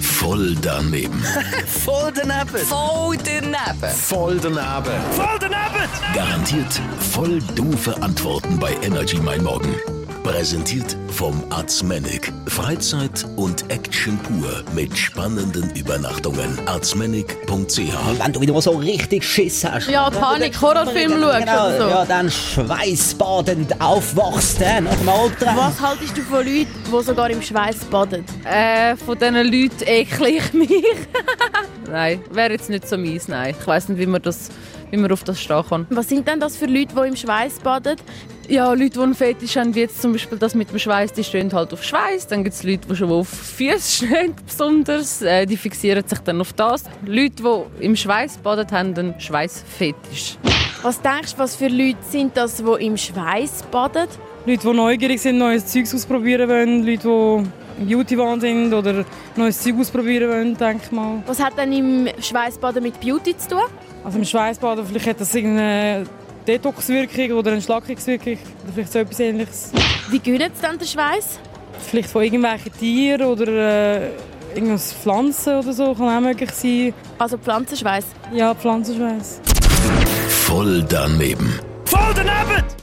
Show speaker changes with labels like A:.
A: Voll daneben.
B: Voll daneben.
C: Voll daneben.
B: Voll daneben.
A: Garantiert voll doofe Antworten bei Energy Mein Morgen. Präsentiert vom Arzmenig. Freizeit und Action pur mit spannenden Übernachtungen. Arzmenig.ch
D: Wenn du wieder mal so richtig Schiss hast.
E: Ja, Panik, Horrorfilm schaust
D: Genau,
E: oder so.
D: ja, dann schweißbadend aufwachst, äh, nach dem Alter.
E: Was haltest du von Leuten, die sogar im Schweiß baden?
F: Äh, von diesen Leuten ekle ich mich. nein, wäre jetzt nicht so meins, nein. Ich weiss nicht, wie man, das, wie man auf das stehen kann.
E: Was sind denn das für Leute, die im Schweiß baden?
F: Ja, Leute, die einen Fetisch haben, wie jetzt zum Beispiel das mit dem Schweiß, die stehen halt auf Schweiß. Dann gibt es Leute, die schon auf Füße stehen, besonders. Äh, die fixieren sich dann auf das. Leute, die im Schweiß baden, haben einen Schweißfetisch.
E: Was denkst du, was für Leute sind das, die im Schweiß baden?
G: Leute, die neugierig sind, neues Zeugs ausprobieren wollen, Leute, die Beauty-Wahn sind oder neues Zeug ausprobieren wollen, denke ich mal.
E: Was hat denn im Schweißbaden mit Beauty zu tun?
G: Also im Schweißbaden, vielleicht hat das irgendeine Detox-Wirkung oder eine Schlackungswirkung oder vielleicht so etwas ähnliches.
E: Wie gönnen sie denn den Schweiß?
G: Vielleicht von irgendwelchen Tieren oder äh, irgendwas Pflanzen oder so, kann auch möglich sein.
E: Also Pflanzenschweiß.
G: Ja, Pflanzenschweiß.
A: Voll daneben.